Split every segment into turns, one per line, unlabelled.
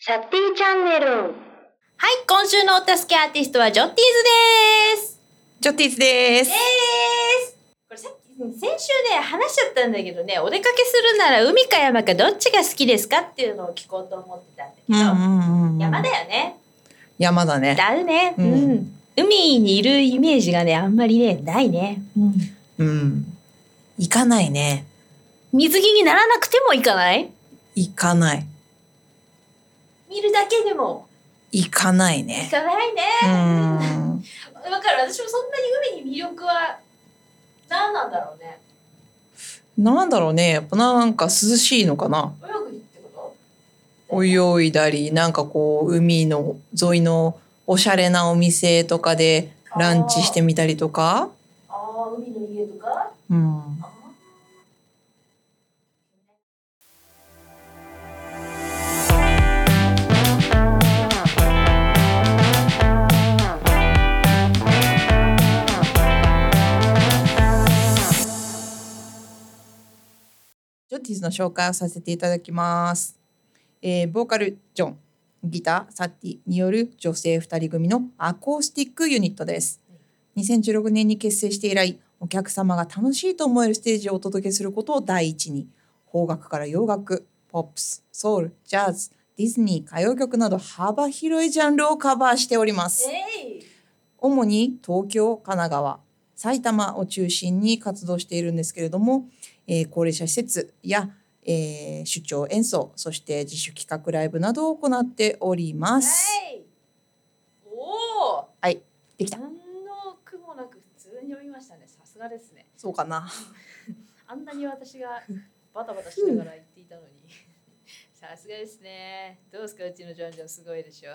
サティチャンネル。
はい、今週のお助けアーティストはジョッティーズです。
ジョッティーズで。
ですす。これさっき先週ね話しちゃったんだけどね、お出かけするなら海か山かどっちが好きですかっていうのを聞こうと思ってたんだけ
う
ど、
んうんうん、
山だよね。
山だね。
だるね。う。
うんん
海にいるイメージがねあんまりねないね、うん、
うん。行かないね。
水着にならなくても行かない
行かない。
見るだけでも
行かない
行
ね。
かないね
うん。
わかる私もそんなに海に魅力は何なんだろうね
なんだろうね。やっぱなんか涼しいのかな。
泳ぐってこ
泳いだり、なんかこう海の沿いのおしゃれなお店とかで
と
ランチしてみたりとか。
ああ海の家とか
うん。ジョティーズの紹介をさせていただきます。えーボーカルジョン、ギターサッティによる女性2人組のアコースティックユニットです。2016年に結成して以来、お客様が楽しいと思えるステージをお届けすることを第一に、邦楽から洋楽、ポップス、ソウル、ジャズ、ディズニー、歌謡曲など幅広いジャンルをカバーしております。
えい
主に東京、神奈川、埼玉を中心に活動しているんですけれども、えー高齢者施設や、えー出張演奏、そして自主企画ライブなどを行っております。
はいおお
できた。
何の苦もなく普通に読みましたねさすがですね
そうかな。
あんなに私 がバタバタしながら言ってい たのにさすがですねどうですかうちのジョンジョンすごいでしょ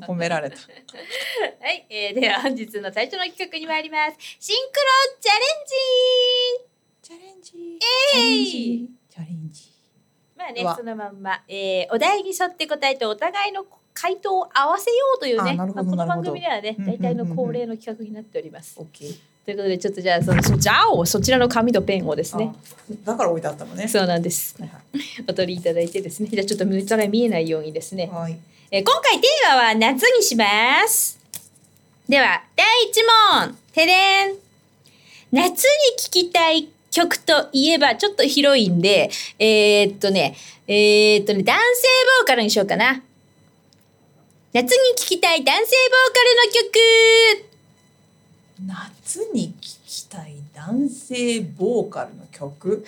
褒められた。
はい、えー、では本日の最初の企画に参りますシンクロチャレンジ
チャレンジ。
えい
チャレンジ。
まあね
うわ
そのまんま、えー、お題に沿って答えてお互いの回答を合わせようというね
あなるほ
ま
ど
あ、この
なる
番
ほど
組ではね
うんうん
大
うんうん
体の恒例の企画になっております
オッケー。
ということでちょっとじゃあそのそじゃあをそちらの紙とペンをですね
あ。だから置いてあったのね。
そうなんです
はいは
お取りいただいてですねじゃあちょっと見たら見えないようにですね
い。はい。
えー今回テーマは夏にします。では、第1問。てれん。夏に聴きたい曲といえば、ちょっと広いんで、えーっとね、えーっとね、男性ボーカルにしようかな。夏に聴きたい男性ボーカルの曲
夏に聴きたい男性ボーカルの曲。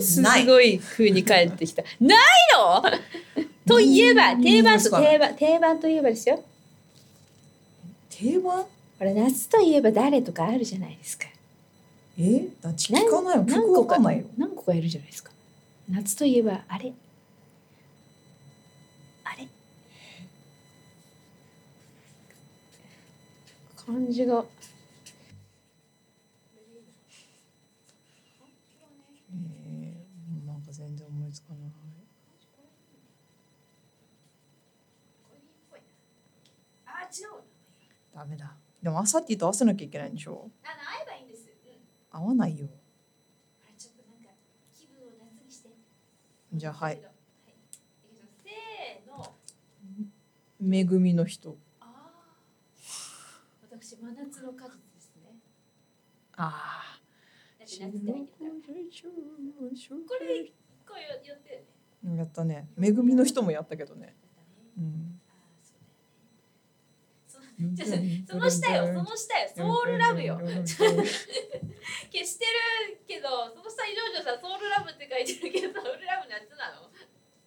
す
ない。
ごい風に返ってきた。ないのといえば、
うん
定番と、
そうだね
定番、定番といえばですよ。
定番。
これ夏といえば誰とかあるじゃないですか。
え、だち聞かないよ。
何
曲わかんないよ。
何個かいるじゃないですか夏といえばあれあれ感じが
えー、なんか全然思いつかない。
あ違う
ダメだ。でもアサティと合わせなきゃいけないんでしょ
あ会えばいいんです、うん、
合わないよ。
あれちょっとなんか気分を夏にして
じゃあはい。
せーの
恵みの人。
あ私真夏の果実ですね
ああ。
だって夏って入ってるからこれ一個よ寄ってね
やったね。恵みの人もやったけどね。うん。
あそうだよねちょっとその下よ、その下よ、ソウルラブ よ。消してるけど、その下にジョージョさん、ソウルラブって書いてるけど、ソウルラブ夏なの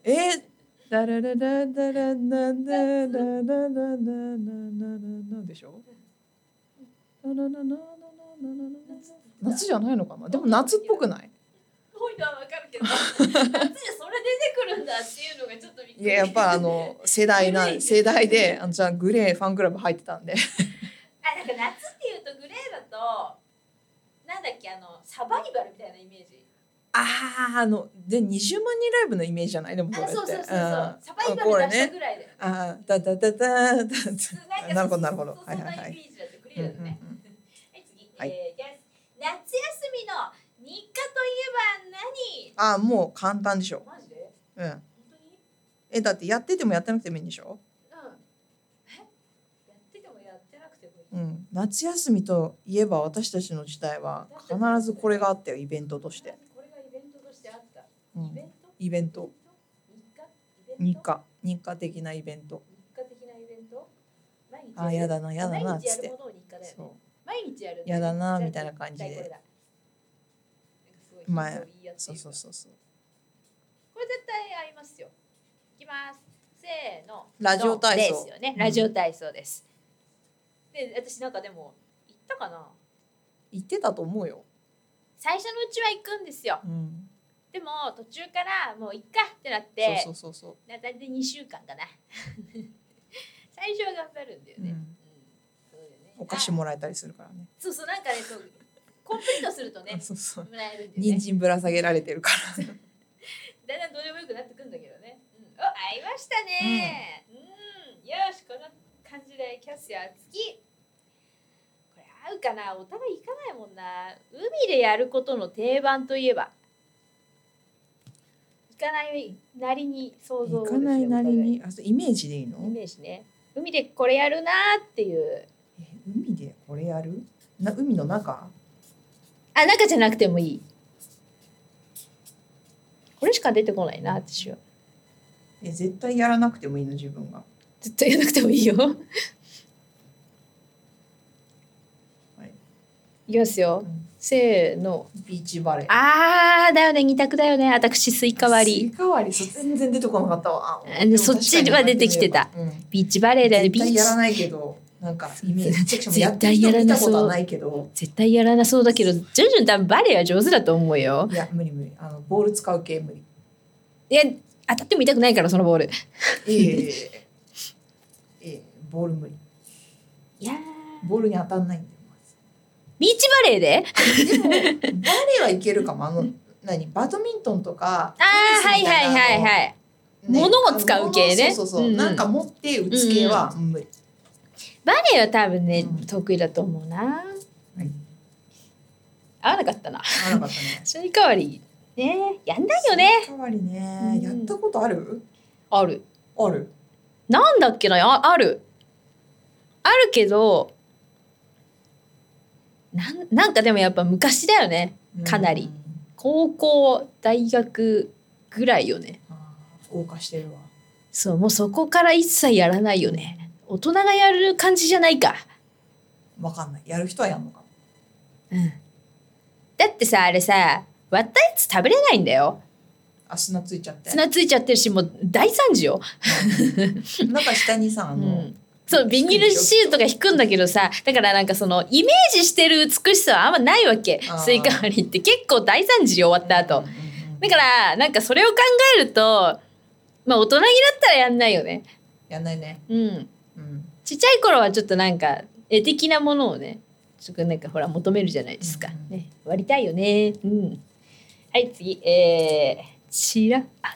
えダラララダラダダダダダダダダでしょ夏じゃないのかなでも夏っぽくない
多いのはわかるけど、夏にそれ出てくるんだっていうのがちょっとびっくり。
いややっぱあの世代な世代であのじゃあグレーファンクラブ入ってたんで
あ、なんか夏っていうとグレーだと、なんだっけ、あの、サバイバルみたいなイメージ。
あああので20万人ライブのイメージじゃないでも
あ
これ、って
そうそうそうそう、
ん
サバイ
あこ
バ
れ
ル出した
ね
ぐらいだよ。
あーだだだだだだ
んか
なるほどなるほど
そう
は
そ
い
ん
は
ない
は
イ
い
メージだってグレ
う
ー
んう
だ
ん
とね。
うん
はい、次、
はい
えーじゃあ夏休みの日課といえば何
あーもう簡単でしょ
マジで
うん
本当に
えだってやっててもやってなくてもいいんでしょ、
やっててもやってなくてもいい。
うん、夏休みといえば私たちの時代は必ずこれがあったよイベントとして、
これがイベントとしてあった。
う
イベ
ん、
ント
イベント
日課イベン
日
ト
課日課的なイベント
日課的なイベント毎日
あーやだなやだな
毎日や
つって
るものを日課だよね。
そ
毎日やる。
やだな
じゃあ
みたいな感じで
絶対これだなんかすごい
まあ
ヒントいいや
う
つ
そ
いうか
そうそうそう
これ絶対合いますよ。いきます。せーの。
ラジオ体操
ですよね
う。ん
ラジオ体操です。で、私なんかでも行ったかな。
行ってたと思うよ、
最初のうちは行くんですよ。
うん、
でも途中からもういっかってなって、
そうそうそうそう
な大体二週間かな。 最初は頑張るんだよね。
うん
そうだよね
お菓子もらえたりするからね
あそうそうなんかね、そうコンプリートするとね
あ、そうそう
もらえるんだよ
人
ね。
参ぶら下げられてるか
だん
ら
だんどうでもよくなってくんだけどね。うん、お、合いましたね。うん、よし、この感じでキャッシャー付き。これ合うかな、お互い行かないもんな。海でやることの定番といえば。行かないなりに想像
行
です
か
よ
ないなり
お
にあそうイメージでいいの
互いイメージね。海でこれやるなーっていう。
え海でこれやるな海の中
あ、中じゃなくてもいい。これしか出てこないな、私は。
え絶対やらなくてもいいの自分が
ずっとやらなくてもいいよ。
はい
いきますよ。せーの。
ビーチバレー
あー、だよね、二択だよね。私、スイカ割り。
スイカ割りそう全然出てこなかったわ
あ
でも
そっちは出てきてた
確かにうん
ビーチバレーだよね、ビー
絶対
チ
や。らないけどなんかイメージ
絶対
やってる人見たことはないけど
絶対やらなそうだけど、ジョジョ多分バレーは上手だと思うよ。
いや無理無理あのボール使う系無理
いや、当たっても痛くないから、そのボール。
ええええええボール無理
いやー
ボールに当たんないんだよまず
ビーチバレーで
でもバレーはいけるかもあの何バドミントンとか
あー、はいはいはい
い、
はい。物を使う系ね
あのそうそうそう、
うんうん
なんか持って打つ系は無理、
バレーは多分ね、
うん
得意だと思うな。
はい
合わなかったな。
合わなかったね
スイカ割り。ねやんないよね。
代わりね、
うん
やったことある
ある。
ある
なんだっけなああるあるけどなんなんかでもやっぱ昔だよねかなり
うん
高校大学ぐらいよね
あー謳歌してるわ
そうもうそこから一切やらないよね大人がやる感じじゃないか、
わかんないやる人はやんのかも
うん、だってさあれさ割ったやつ食べれないんだよ
あ砂ついちゃって
砂ついちゃってるしもう大惨事よ、
なんか下にさあ
う
の、
ん、そうビニールシールとか引くんだけどさだからなんかそのイメージしてる美しさはあんまないわけ
あー
スイカ割りって結構大惨事よ終わった後
うんうんうん
だからなんかそれを考えるとまあ大人になったらやんないよね
やんないね
うん
うん
ちっちゃい頃はちょっとなんか絵的なものをねちょっとなんかほら求めるじゃないですか、
うんうん
ね割りたいよねうんはい次えー、ちらあ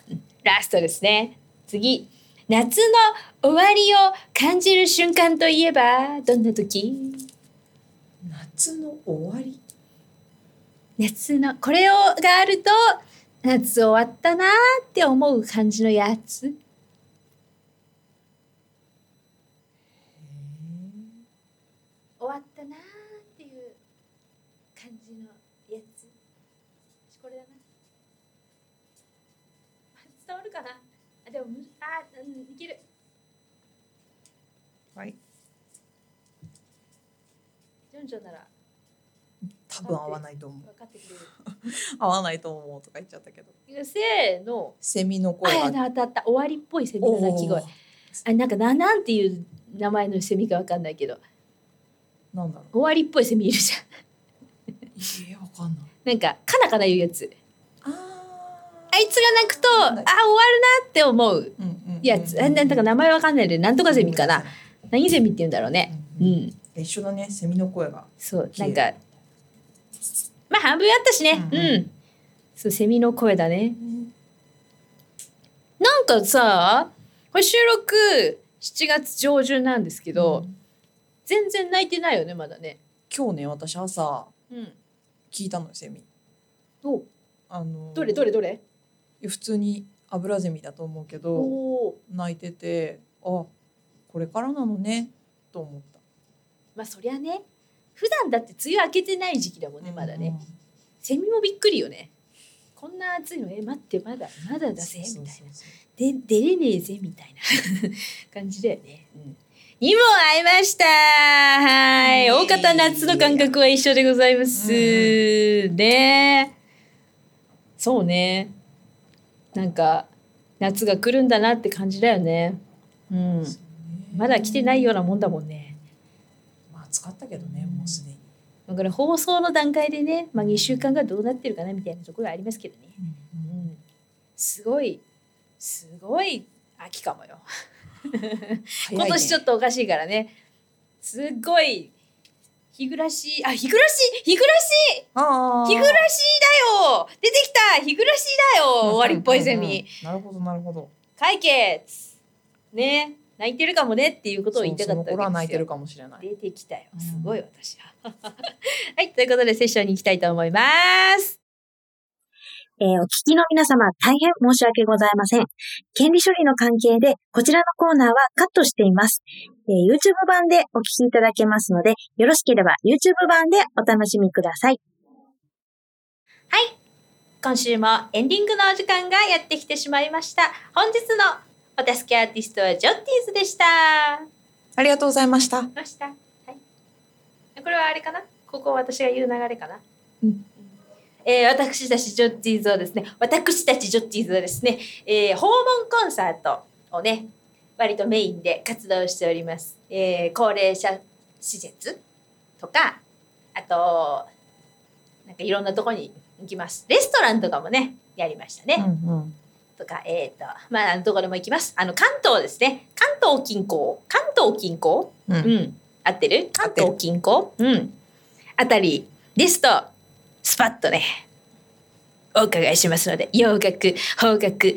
ラストですね次夏の終わりを感じる瞬間といえばどんな時
夏の終わり
夏のこれをがあると夏終わったなーって思う感じのやつ終わったなーっていう感じのやつ私これだな伝わるかなあでもむあうんいける
はい
ジョンジョンなら
多分合わな いと思う
分かってくれ
合わないと思うとか言っちゃったけど
るせーの
セミの
あ
声
や
が
だ当たった終わりっぽいセミの鳴き声
おー
あなんかななんていう名前のセミかわかんないけど
なんだろ
終わりっぽいセミいるじゃん
うえー、わかんない
なんかカナカナ言うやつ
あ
あいつが鳴くとあ終わ
なん
る
だ
なって思う
うんうんうん
やつあなんだか名前わかんないでなんとかゼミかな何ゼミって言うんだろうね
う
うん
うん
ん
一緒だねセミの声が
そうな
消
ん
え
かまあ半分あったしねう、
うんん
そうセミの声だねなんかさこれ収録7月上旬なんですけど、
うん
全然泣いてないよねまだね
今日ね私朝
うん
聞いたのよセミ
お
あの
どれどれどれ
普通に油ゼミだと思うけ
お
ど
お
泣いててあこれからなのねと思った。
まあそりゃね普段だって梅雨明けてない時期だもんねまだね、
うん
セミもびっくりよねこんな暑いのえ待ってまだまだだぜみたいな
そうそうそう
で出れねえぜみたいな 感じだよね。うんにも会いましたはい。
ねえ
大方夏の感覚は一緒でございます。ねえそうね。なんか、夏が来るんだなって感じだよね。うん。
そうね
まだ来てないようなもんだもんね。
まあ暑かったけどねもうすでに、
だから放送の段階でね、まあ2週間がどうなってるかなみたいなところはありますけどね。うんすごい、すごい秋かもよ。今年ちょ
っ
っとおかしいからねすっごい日暮らしあ日暮らし日暮らし
と
日暮らしだよ出てきた日暮らしだよ終わりっぽいゼミ
なるほどなるほど
解決ね泣いてるかもねっていうことを言いたかった
そうその頃は
わけ
泣い
です
てる
よ
かもしれない
出てきたよ
うん
すごい私は はいということでセッションに行きたいと思います
えーお聞きの皆様、大変申し訳ございません。権利処理の関係で、こちらのコーナーはカットしています。えー YouTube 版でお聞きいただけますので、よろしければ YouTube 版でお楽しみください。
今週もエンディングのお時間がやってきてしまいました本日のお助けアーティストはジョッティーズでした
ありがとうございました
ました。はい。これはあれかな。ここ私が言う流れかな。
うん
えー私たちジョッティーズはですね、私たちジョッティーズはですね、えー訪問コンサートをね、割とメインで活動しております。えー高齢者施設とか、あと、なんかいろんなとこに行きます。レストランとかもね、やりましたね。
うんうん
とか、えっ、と、まあ、あのどこでも行きます。あの、関東ですね。関東近郊。関東近郊
うん
うん、合ってる
合
関
ってる
東近郊うんあたりですとスパッとねお伺いしますので洋楽邦楽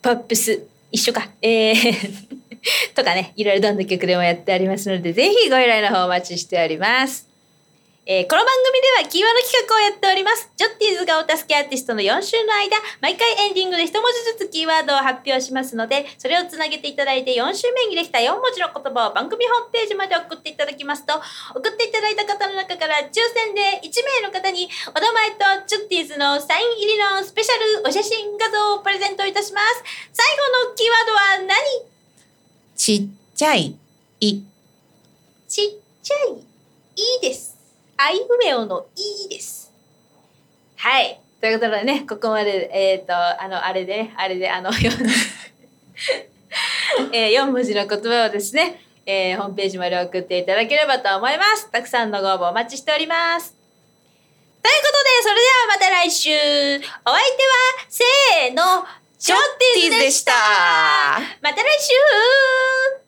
ポップス一緒かえー とかねいろいろどんな曲でもやってありますのでぜひご依頼の方お待ちしております。えーこの番組ではキーワード企画をやっております。ジョッティーズがお助けアーティストの4週の間、毎回エンディングで一文字ずつキーワードを発表しますので、それをつなげていただいて4週目にできた4文字の言葉を番組ホームページまで送っていただきますと、送っていただいた方の中から抽選で1名の方にお名前とジョッティーズのサイン入りのスペシャルお写真画像をプレゼントいたします。最後のキーワードは何
ちっちゃいい
ちっちゃい「い」です。あいうえおの「い」です。はい。ということでね、ここまで、えっ、と、あの、あれで、あれで、あの、 よえー、4文字の言葉をですね、えーホームページまで送っていただければと思います。たくさんのご応募お待ちしております。ということで、それではまた来週お相手は、せーの、ジョッティーズでしたまた来週